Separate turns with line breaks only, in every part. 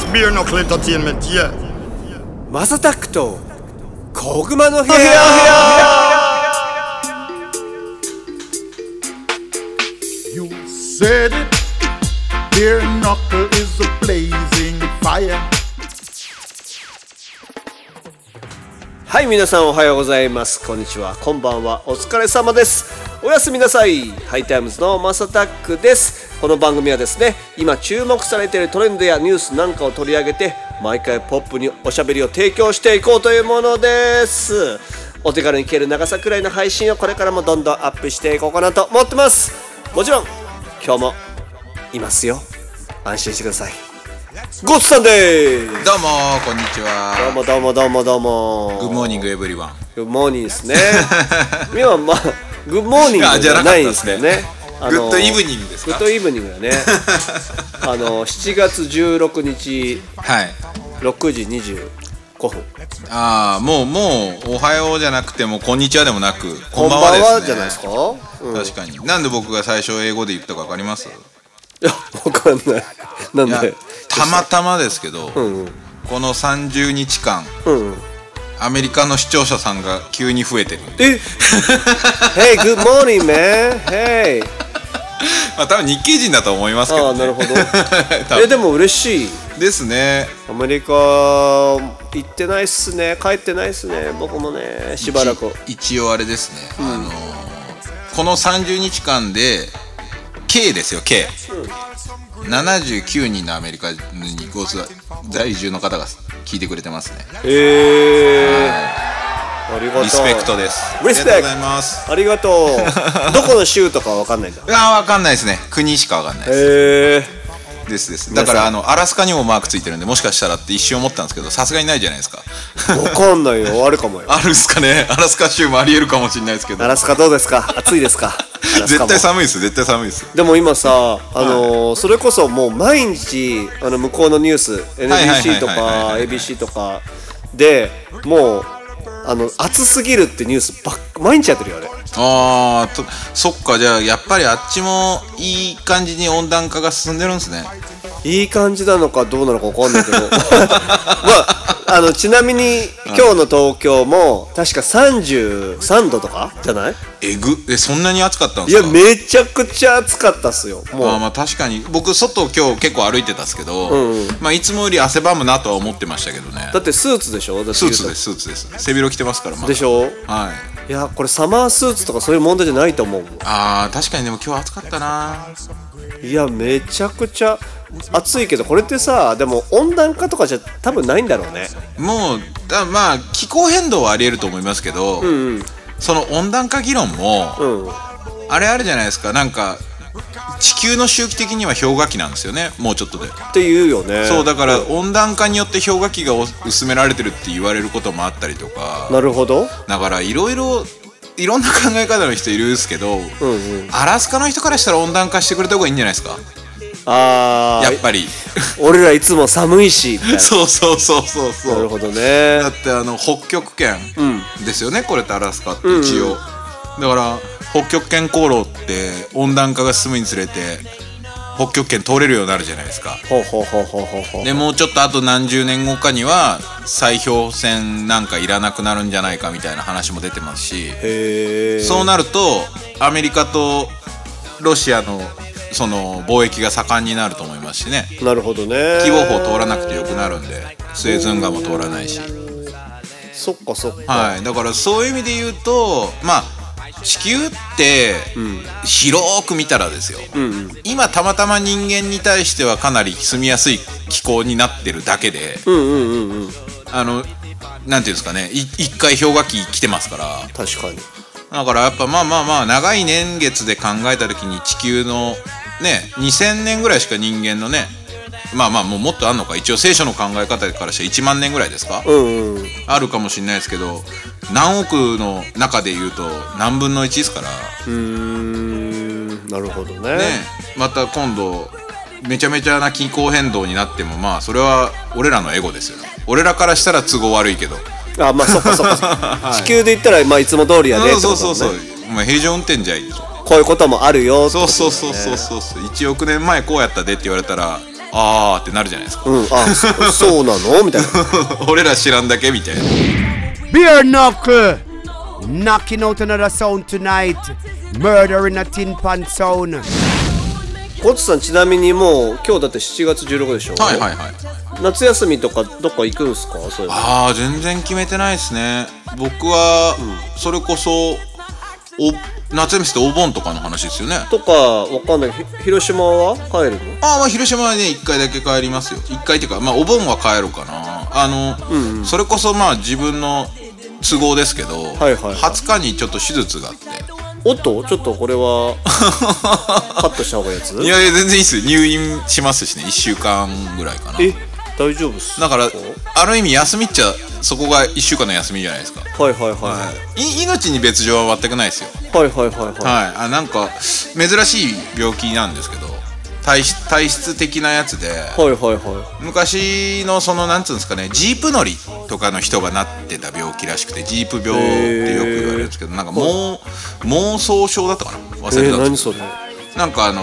Sbir noch Liter 10 mit dir.
マサタックと小熊の部屋
You said it. Beer knuckle is a blazing fire.
はい皆さんおはようございますこんにちはこんばんはお疲れ様ですおやすみなさいハイタイムズのマサタックですこの番組はですね今注目されているトレンドやニュースなんかを取り上げて毎回ポップにおしゃべりを提供していこうというものですお手軽に聞ける長さくらいの配信をこれからもどんどんアップしていこうかなと思ってますもちろん今日もいますよ安心してくださいゴッツさんです
どうもこんにち
どう
は。
もどうもどうもどうも
グッモーニングエブリワン。
グッモーニングですね。今はまあ、グッモーニングじゃないんですけどね。
あじゃなかったですねグッドイブニングですか
グッドイブニング だね。あの、7月16日
はい。
6時25分。
ああもうもうおはようじゃなくてもこんにちはでもなくこんばんは
こ
で
ん
す、ね。
じゃないですか。うん。い
確かに。なんで僕が最初英語で言ったかわかります？い
や、わかんない。なん
や
で。
たまたまですけど、
うんうん。
この30日間
うんうん。
アメリカの視聴者さんが急に増えてるんで。
え Hey, good morning, man. Hey.
まあ多分日系人だと思いますけ
あ
ど、
あ、
ね。
なるほど。
多
え、
分
でも嬉しい。
ですね。
アメリカ行ってないっすね。帰ってないっすね。僕もね、しばらく。
一一応あれですね、あのーこの30日間で K ですよ K、79人のアメリカにゴース在住の方が聞いてくれてますね
ええありがとう
リスペクトです
リスペ
ありがとう
ク
ござい
ト
ます
ありがとう どこの州とかわかんないんだ
いやわかんないですね国しかわかんないです
へえ
ですですだからあのアラスカにもマークついてるんでもしかしたらって一瞬思ったんですけどさすがにないじゃないですか
わかんないよあるかもよ
あるんすかねアラスカ州もありえるかもしれないですけど
アラスカどうですか暑いですかアラスカ
絶
も
対寒いです絶対寒いです
でも今さ、あのーそれこそもう毎日あの向こうのニュース
いはいはいはい
NBC とか ABC とかでもうあの暑すぎるってニュースばっ毎日やってるよあれ
ああとそっかじゃあやっぱりあっちもいい感じに温暖化が進んでるんですね
いい感じなのかどうなのかわかんないけど まああのちなみに今日の東京も確か33度とかじゃない
えぐえそんなに暑かったん
い
です
や
か
めちゃくちゃ暑かったっすよ
まあ
も
まあ確かに僕外今日結構歩いてたんですけど、
うんうん
まあいつもより汗ばむなとは思ってましたけどね
うだってスーツでしょだって
スーツですすスーツです背広着てますからまだ
でしょ
はい
いやこれサマースーツとかそういう問題じゃないと思う
あー確かにでも今日暑かったない
やめちゃくちゃ暑いけどこれってさでも温暖化とかじゃ多分ないんだろうね
もうだまあ気候変動はありえると思いますけど、
うん
その温暖化議論も、
うん
あれあるじゃないですかなんか地球の周期的には氷河期なんですよねもうちょっとで
っていうよね
そうだから温暖化によって氷河期がお薄められてるって言われることもあったりとか
なるほど
だからいろいろいろんな考え方の人いるんですけど、
うんうん
アラスカの人からしたら温暖化してくれた方がいいんじゃないですか
あ
やっ
あ
ぱり
俺らいつも寒いしみたいな
そうそうそうそう
な
そ
る
う
ほどね
だってあの北極圏
ん
ですよね、これってアラスカって一応、
うんうん
だから北極圏航路って温暖化が進むにつれて北極圏通れるようになるじゃないですか
ほうほうほうほうほうほう
でもうちょっとあと何十年後かには砕氷船なんかいらなくなるんじゃないかみたいな話も出てますし
へえ
そうなるとアメリカとロシアのその貿易が盛んになると思いますしね
なるほどね
キオホ通らなくてよくなるんでスエズ運河も通らないし、
そっかそっか、
はい、だからそういう意味で言うとまあ地球って広く見たらですよ、
うんうん
今たまたま人間に対してはかなり住みやすい気候になってるだけで、
うんうんうんうん
あのなんていうんですかねい一回氷河期来てますから
確かに
だからやっぱまあまあまあ長い年月で考えた時に地球のね2000年ぐらいしか人間のねまあまあもうもっとあんのか一応聖書の考え方からして1万年ぐらいですか、
うんうん
あるかもしれないですけど何億の中で言うと何分の1ですから
うーんなるほどね
ねまた今度めちゃめちゃな気候変動になってもまあそれは俺らのエゴですよね俺らからしたら都合悪いけど。
あまあそっかそっかそっか、 地球で言ったら、まあ、いつも通りやねってことだ
そう
もんね
そうそうそう、まあ、平常運転じゃいいでしょ
こういうこともあるよ
そうそうそうそうそうそう1億年前こうやったでって言われたらあーってなるじゃないですか
うん、あそそうなのみたいな
俺ら知らんだけみたいな
Beer Knuckle! Knocking out another sound tonight. Murdering a tin pan sound.
コツさんちなみにもう今日だって7月16でしょ
はいはいはい
夏休みとかどっか行くんすかそういうの
ああ全然決めてないですね僕はそれこそお夏休みってお盆とかの話ですよね
とかわかんないひ広島は帰るの
ああまあ広島はね1回だけ帰りますよ1回っていうかまあお盆は帰ろうかなあの、それこそまあ自分の都合ですけど、
はいはいはい
20日にちょっと手術があって
おっとちょっとこれ はカットした方がいいやつ
いやいや全然いいっすよ入院しますしね1週間ぐらいかな
え大丈夫っす
だから
はい
ある意味休みっちゃそこが1週間の休みじゃないですか、、
はいはいはい
命に別状は全くないですよ
いはいはいはいはい
はい、あなんか珍しい病気なんですけど体質体質的なやつで
はいはいは
昔のそのなんつうんですかねジープ乗りとかの人がなってた病気らしくてジープ病ってよく言われるんですけどなんか妄妄想症だったかな忘
いえ
れ
ー、
たん
何
です
それ
けどなんかあの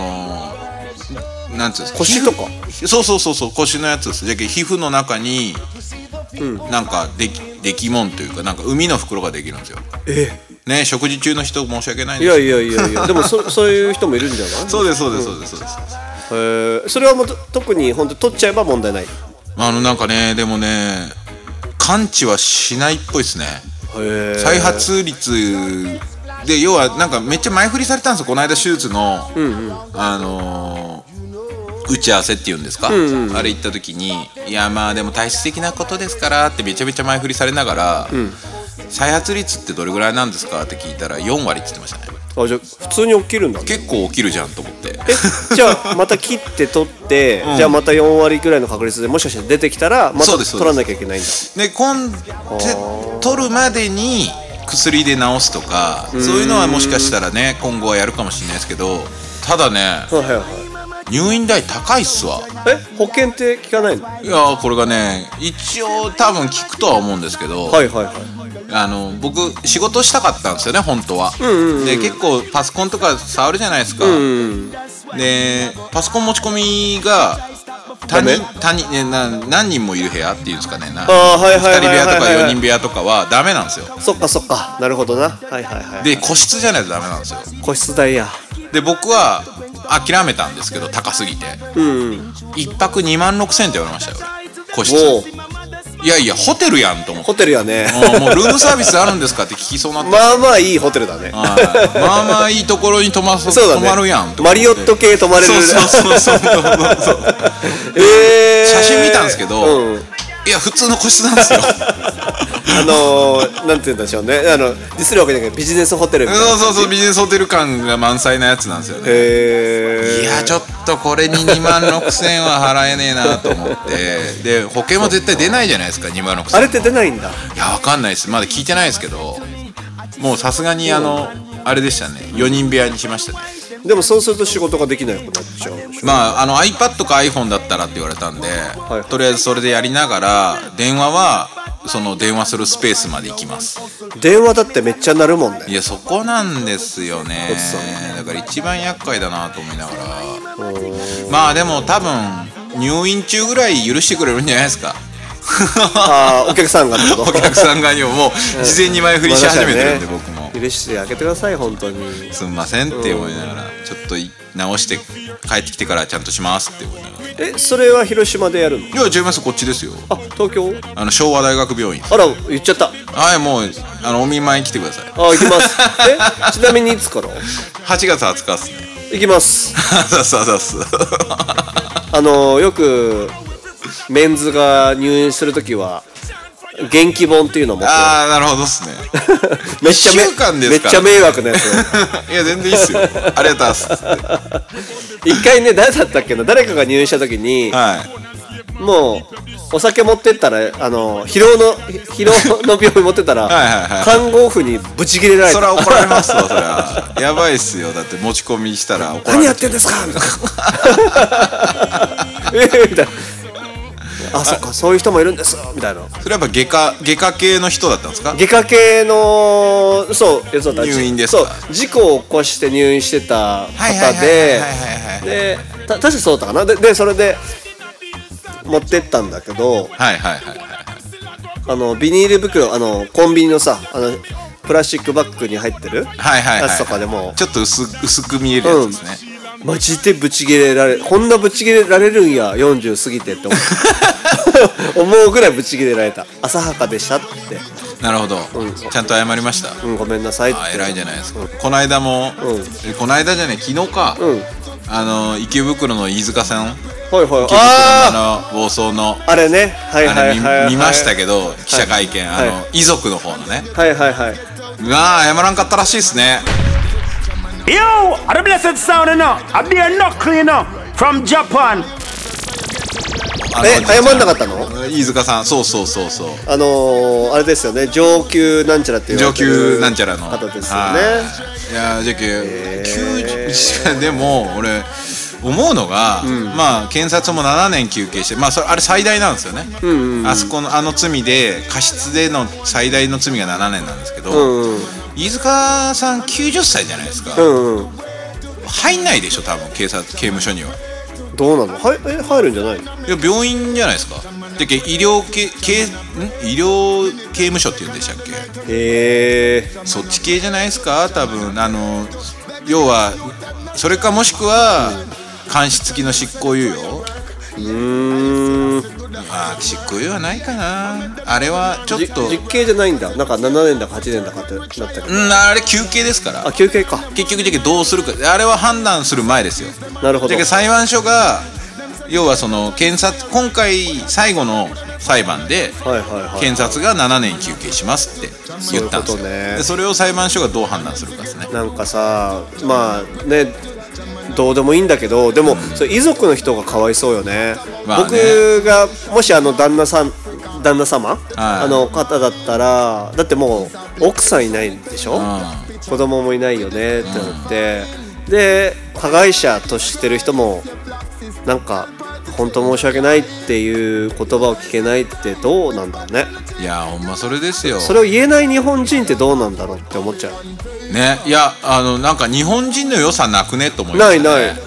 ーなんつうんですか
腰とか
皮膚そうそうそうそう腰のやつですじゃけ皮膚の中に、なんかできできもんというかなんか海の袋ができるんですよね食事中の人申し訳ないん
い
で
や
すけど
いやいやいやでもそそういう人もいるんじゃない
そうですそうですそうですそうです
えーそれはもうと特に本当取っちゃえば問題ないへ
あのなんかねでもね完治はしないっぽいですね
え
再発率で要はなんかめっちゃ前振りされたんですよこの間手術の、あのー打ち合わせっていうんですか、あれ行った時に「いやまあでも体質的なことですから」ってめちゃめちゃ前振りされながら「再発率ってどれぐらいなんですか?」って聞いたら4割って言ってましたね
あじゃあ普通に起きる んだね
結構起きるじゃんと思って
えじゃあまた切って取って、
ん
じゃあまた4割ぐらいの確率でもしかして出てきたらま
そ
た
うですそうです
取らなきゃいけないんだ
で今ん取るまでに薬で治すとかそういうのはもしかしたらね今後はやるかもしれないですけどただね
はいはいはい
入院代高いっすわ
え保険って聞かないのはい
いやーこれがね一応多分聞くとは思うんですけど、
はいはい
あの僕仕事したかったんですよね本当は、で結構パソコンとか触るじゃないですか、でパソコン持ち込みが他人
ダ
他人、ね、な何人もいる部屋っていうんですかねな
あーはいはい
2
はい
人部
はい
屋とか
はいはい
4人部屋とかはダメなんですよ
そっかそっかなるほどなはいはいはい
で個室じゃないとダメなんですよ
個室代や
で僕は諦めたんですけど高すぎて、一泊2万6000って言われましたよ俺個室
おお
いやいやホテルやんと思って
ホテルやね
うんもうルームサービスあるんですかって聞きそうになって、
まあまあいいホテルだね
はいまあまあいいところに泊まそ
そうだね
泊まるやんと思
マ
って
リオット系泊まれる
そうそうそう そうそうそう
えー、
写真見たんですけど、
うん
いや普通の個室なんですよ
あのー、なんて言うんでしょうねあのディスるわけじゃなくてビジネスホテルみたいな
そうそうそうビジネスホテル感が満載なやつなんですよね
へえ
いやちょっとこれに2万6000円は払えねえなと思ってで保険も絶対出ないじゃないですか2万6000
あれって出ないんだ
いやわかんないですまだ聞いてないですけどもうさすがにあのあれでしたね4人部屋にしましたね
でもそうすると仕事ができなくなっちゃうでしょ
まああの iPad か iPhone だったらって言われたんで、
い
とりあえずそれでやりながら電話はその電話するスペースまで行きます
電話だってめっちゃ鳴るもんね
いやそこなんですよね
ちそう
だから一番厄介だなと思いながらまあでも多分入院中ぐらい許してくれるんじゃないですか
ああお客さんがってこと
お客さん側にももう事前に前振りし始めてるんで
まあ
僕も
嬉しい開けてください本当に
すんませんって思いながらちょっとい直して帰ってきてからちゃんとしますって思いながらい
えそれは広島でやるの
や違いますこっちですよ
あ東京
あの昭和大学病院
あら言っちゃった
はいもうあのお見舞いに来てください
あ行きます えちなみにいつから
8月20日っすね
行きます
そうそうそうそう
あのよくメンズが入院するときは元気本っていうのを持って
ああなるほどっす ね
めっちゃめ
一週間です
めっ
か
ちゃ
ら
迷惑なやつ
いや全然いいっすよありがとうございますは
一回ね誰だったっけな誰かが入院したときに、
い
もうお酒持ってったらあの疲労の疲労の病院持ってったら
はいはいはい
看護婦にブチ切れられ
そ
た
れは怒られますわそれはやばいっすよだって持ち込みしたら怒られ
何やっ
る
てん ですかみたいなええみたいなあそっかそういう人もいるんですみたいな
それはやっぱ外科外科系の人だったんですか
外科系のそうやつだった
入院ですか
そう事故を起こして入院してた
はいはい
方
はいはい
で
はいはいはい
でた確かそうだったかなででそれで持ってったんだけど
はいはいはいはい
あのビニール袋あのコンビニのさあのプラスチックバッグに入ってる
はいはい
や
は
つ
い
とかでも
ちょっと薄薄く見えるやつですね、
マジでブチギレられこんなブチギレられるんや40過ぎてって思う 思うぐらいブチギレられた浅はかでしたって、
なるほど、
うん
ちゃんと謝りました、
うん、ごめんなさいって
あ偉いじゃないですか、
うん
この間も、
うん
えこの間じゃない昨日か、
うん
あの池袋の飯塚さん
はいはい
池袋
あ
のあの暴走の
ああれねはいはいはいは
あ
い
れ見見ましたけど記者会見、
はい
あの遺族の方のね
はいはいはいう
わー謝らんかったらしいですね
Yo, are the blessed sound enough? Are they not clean up from Japan?
あの
え
おじいちゃ
謝んなかったの
飯塚さんそうそうそうそう
あのー、あれですよね上級なんちゃらっていう
上級なんちゃらの
方ですよね
はいいやー上級、90しかでも俺思うのが、まあ検察も7年休憩してまあそれあれ最大なんですよね、あそこのあの罪で過失での最大の罪が7年なんですけど、
うんうん
飯塚さん90歳じゃないですか、
うんうん
入んないでしょ多分警察刑務所には
どうなのはいえ入るんじゃないの
いや病院じゃないですかだっけ医療系系ん医療刑務所って言うんでしたっけ
へえー、
そっち系じゃないですか多分あの要はそれかもしくは監視付きの執行猶予
うーん
あー執行猶予はないかなあれはちょっ
じ
と
実刑じゃないんだなんか7年だか8年だかってなったけど
うんあれ休憩ですか
あ
ら
休憩か
結局じゃけどうするかあれは判断する前ですよ
なるほど
じゃけ裁判所が要はその検察今回最後の裁判で、
はいはいはい
検察が7年休憩しますって言ったんですよ
そういうことね
でそれを裁判所がどう判断するかですね
なんかさまあねどうでもいいんだけどでも、それ遺族の人がかわいそうよね,、
まあね
僕がもしあの旦那さん旦那様、あの方だったらだってもう奥さんいないんでしょ、
う
子供もいないよねってなって、で加害者としてる人もなんか本当申し訳ないっていう言葉を聞けないってどうなんだろうね
いやほんまそれですよ
それを言えない日本人ってどうなんだろうって思っちゃう
ねいやあのなんか日本人の良さなくねと思いました、ね、
ないない
うん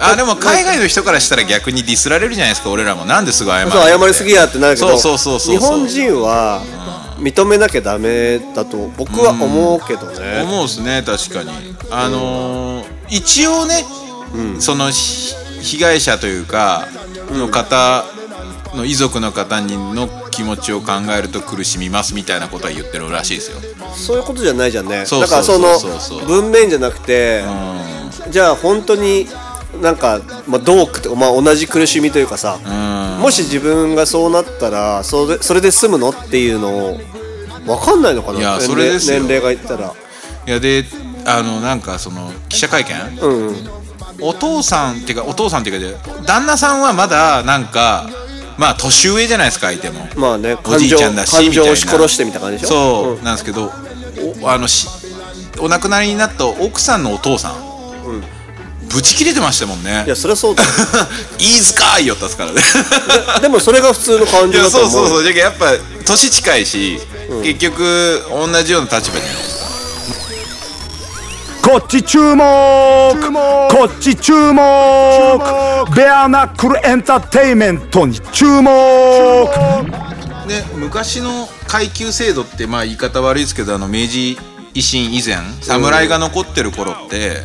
あでも海外の人からしたら逆にディスられるじゃないですか俺らもなんですぐ謝る
そう謝りすぎやってなるけど
そうそうそうそう
日本人は認めなきゃダメだと僕は思うけどね、
思うっすね確かにあのー一応ね、そのひ被害者というかの方の遺族の方にの気持ちを考えると苦しみますみたいなことは言ってるらしいですよ、
そういうことじゃないじゃんね
そう
だか
そう
らそ
そう
の
そうそう
文面じゃなくて、
うん
じゃあ本当になんか、まあ、どうくて、まあ、同じ苦しみというかさ、
うん
もし自分がそうなったらそれそれで済むのっていうのを分かんないのかない
や
年
それ
齢
ですよ
年齢がいったら
いやであのなんかその記者会見、
うんうん
お父さんっていうかお父さんっていうか旦那さんはまだなんかまあ年上じゃないですか相手も
まあね
お
感
じい
情
ちゃんだし
感情を
みたいな
押し殺してみたいな感じでしょ
そう、なんですけどおあのしお亡くなりになった奥さんのお父さん、ぶち切れてましたもんね
いやそりゃそうだよ
飯塚ー言おったっすからね
でもそれが普通の感
い
情
や
だと
そう
思
そうう
よ
そうじゃけやっぱ年近いし、結局同じような立場に
こっち注目こっち注目ベアナックルエンターテイメントに注目
ね、昔の階級制度ってまあ言い方悪いですけどあの明治維新以前侍が残ってる頃って、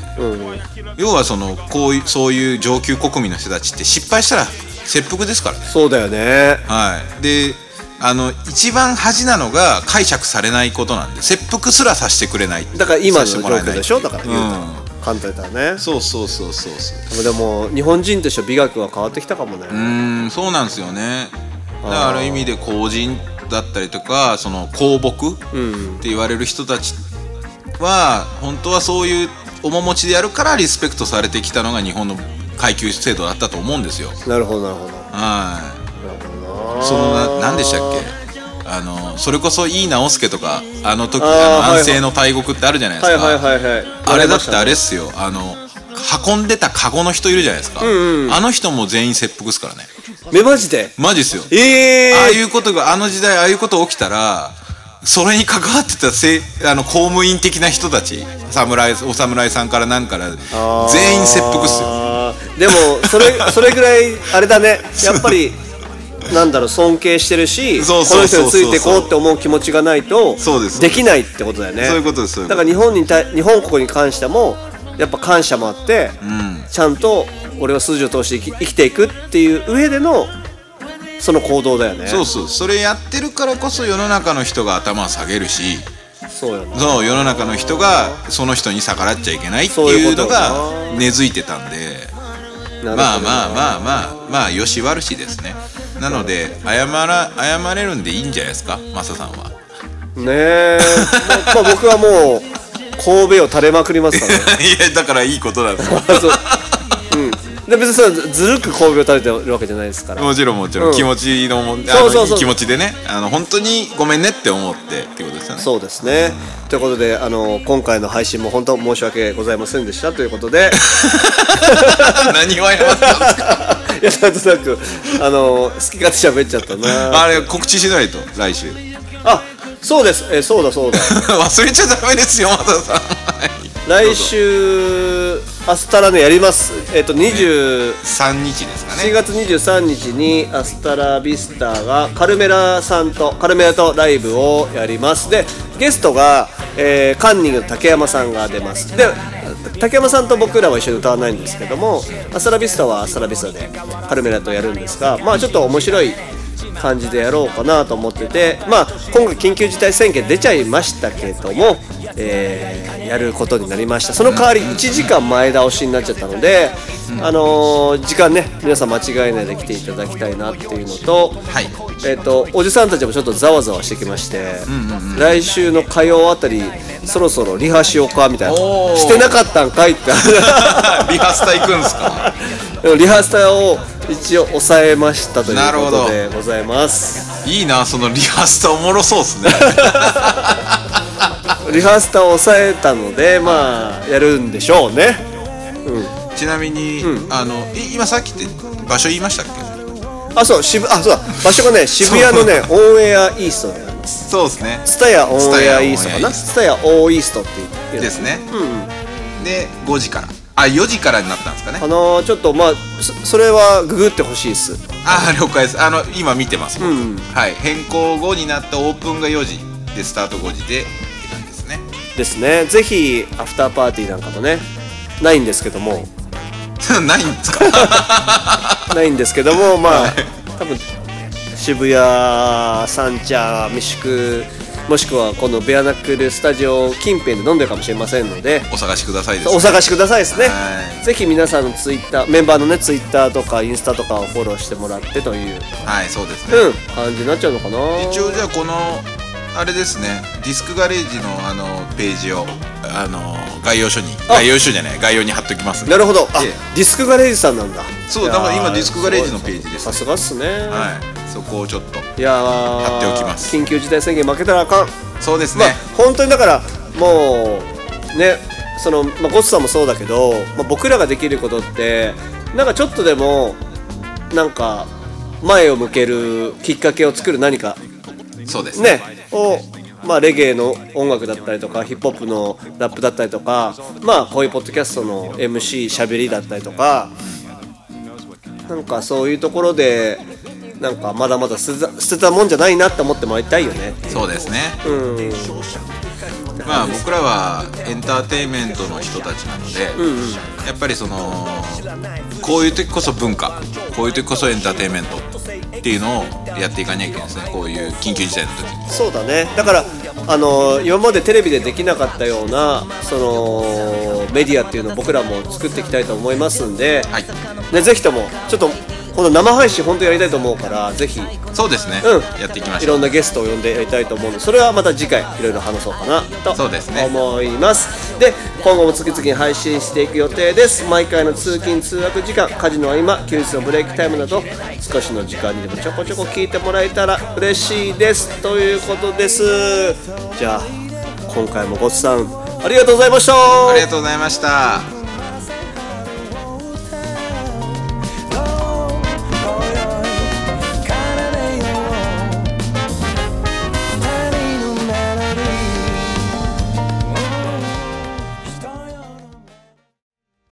要はそのこういうそういう上級国民の人たちって失敗したら切腹ですからね。
そうだよね
はい、であの一番恥なのが解釈されないことなんで切腹すらさせてくれない
だから今の状
させてもらえない
況でしょだから言うたら、
うん
簡単に言ったらね
そうそうそうそうそう
でも日本人としては美学は変わってきたかもね、
うーんそうなんですよねだからある意味で公人だったりとかその公僕って言われる人たちは本当はそういう面持ちでやるからリスペクトされてきたのが日本の階級制度だったと思うんですよ
なるほどなるほど
はいそのな何でしたっけあのそれこそ井伊直輔とかあの時
あー
あの安
はい
政の大国ってあるじゃないで
は
す
いはい
か
はいはい
あれだってあ
れ
れっすよあの運んでたカゴの人いるじゃないですか、あの人も全員切腹っすからね
目マジで
マジっすよ
ええ
ああいうことがあの時代ああいうこと起きたらそれに関わってたせいあの公務員的な人たち侍お侍さんからなんから全員切腹っすよ
あーでもそれそれぐらいあれだねやっぱりなんだろう尊敬してるしこ
そうそ
の
う
人
そう
についてこうって思う気持ちがないと
そうです
できないってことだよね
そういうことですそういうこ
だ
と
から日本に対日本国に関してもやっぱ感謝もあって、ちゃんと俺は筋を通して生き生きていくっていう上でのその行動だよね
そうそうそれやってるからこそ世の中の人が頭を下げるし
そうよね
そう世の中の人がその人に逆らっちゃいけないって
そういう
い
こと
うの
だな
が根付いてたん
な
で
るほどね
まあまあまあまあまあよし悪しですねなので謝ら謝れるんでいいんじゃないですかマサさんは
ねえまあまあ僕はもう神戸を垂れまくりますからね
いやだからいいことなんですよ
そううんで別にそのずるく神戸を垂れてるわけじゃないですから
もちろんもちろん、
うん
気持ちのもんあ
そ
の
うそうそう
いい気持ちでねあの本当にごめんねって思ってってことですよね
そうですねということであの今回の配信も本当申し訳ございませんでしたということで
何を謝ったんですか
いやなんとなくあの好き勝手喋っちゃったな
あれ告知しないと来週
あそうですえそうだそう だ
忘れちゃダメですよマサさん
来週アスタラねやりますえっと20
3日ですか
7
ね
月23日にアスタラビスタがカルメラさんとカルメラとライブをやりますでゲストが、えーカンニングの竹山さんが出ますで竹山さんと僕らは一緒に歌わないんですけどもアスタラビスタはアスタラビスタでカルメラとやるんですがまあちょっと面白い感じでやろうかなと思っててまあ今回緊急事態宣言出ちゃいましたけども、えーやることになりましたその代わり1時間前倒しになっちゃったので、あのー時間ね皆さん間違えないで来ていただきたいなっていうのと,、
はい
えー、とおじさんたちもちょっとざわざわしてきまして、来週の火曜あたりそろそろリハしようかみたいな
おー
してなかったんかいって
リハスタ行くんですか
でもリハスタを一応抑えましたとい
なる
うこ
ほ
と
ど
でございます。
いいなそのリハスタおもろそう っすね
リハースターを抑えたのでまあやるんでしょうね
ちなみに、あのい今さっきって場所言いましたっけ
あそう渋あそうだ場所がね渋谷のねオンエアイーストであります
そうですね
スタヤオンエアイーストかなス
ス
タヤオーイーストっていう
ですね、で5時からあ4時からになったんですかね
あのーちょっとまあそそれはググってほしいです
あ了解ですあの今見てます、僕はい変更後になったオープンが4時でスタート5時でって感じですね
ですねぜひアフターパーティーなんかもねないんですけども
ないんです か
ないんですけどもまあ多分渋谷三茶三宿もしくはこのベアナックルスタジオ近辺で飲んでるかもしれませんので
お探しくださいです
お探しくださいですね
は。
ぜひ皆さんのツイッター、メンバーのね、ツイッターとかインスタとかをフォローしてもらってという、
はいそうですね、
うん、感じになっちゃうのかな。
一応じゃあこのあれですねディスクガレージのあのページをあの概要書に概要書じゃない概要に貼っときますんで
なるほど。あ
ええ、
ディスクガレージさんなんだ。
そうだから今ディスクガレージのページです
さすがっすね。
はいそこをちょっと
い、や
貼って
ー
おきます
緊急事態宣言負けたらあかん。
そうです
ま
ね
あ、本当にだからもうねその、まあ、ゴスさんもそうだけど、まあ、僕らができることってなんかちょっとでもなんか前を向けるきっかけを作る何か
そうですね
ねを、まあ、レゲエの音楽だったりとかヒップホップのラップだったりとか、まあ、こういうポッドキャストの MC しゃべりだったりとかなんかそういうところでなんかまだまだ捨てた捨てたもんじゃないなって思ってもらいたいよね。
そうですね
うん
まあ僕らはエンターテインメントの人たちなので、やっぱりそのこういう時こそ文化こういう時こそエンターテインメントっていうのをやっていかなきゃいけないですねこういう緊急事態の時に
そうだねだからあの今までテレビでできなかったようなそのメディアっていうのを僕らも作っていきたいと思いますんで、
はい
ね、ぜひともちょっとこの生配信本当にやりたいと思うからぜひ、うん、
そうですね、やっていきまし
い
ょ
ろ
うん
なゲストを呼んでやりたいと思うのでそれはまた次回いろいろ話そうかなと
そうですね
思いますで今後も次々に配信していく予定です毎回の通勤通学時間家事の合間休日のブレイクタイムなど少しの時間にでもちょこちょこ聞いてもらえたら嬉しいですということですじゃあ今回もごっつさんありがとうございました
ありがとうございました